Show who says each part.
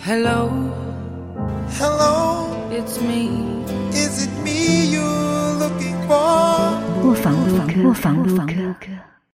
Speaker 1: Hello,
Speaker 2: Hello,
Speaker 1: it's me.
Speaker 2: is it me you're looking for?
Speaker 3: 卧房录客，卧房录客。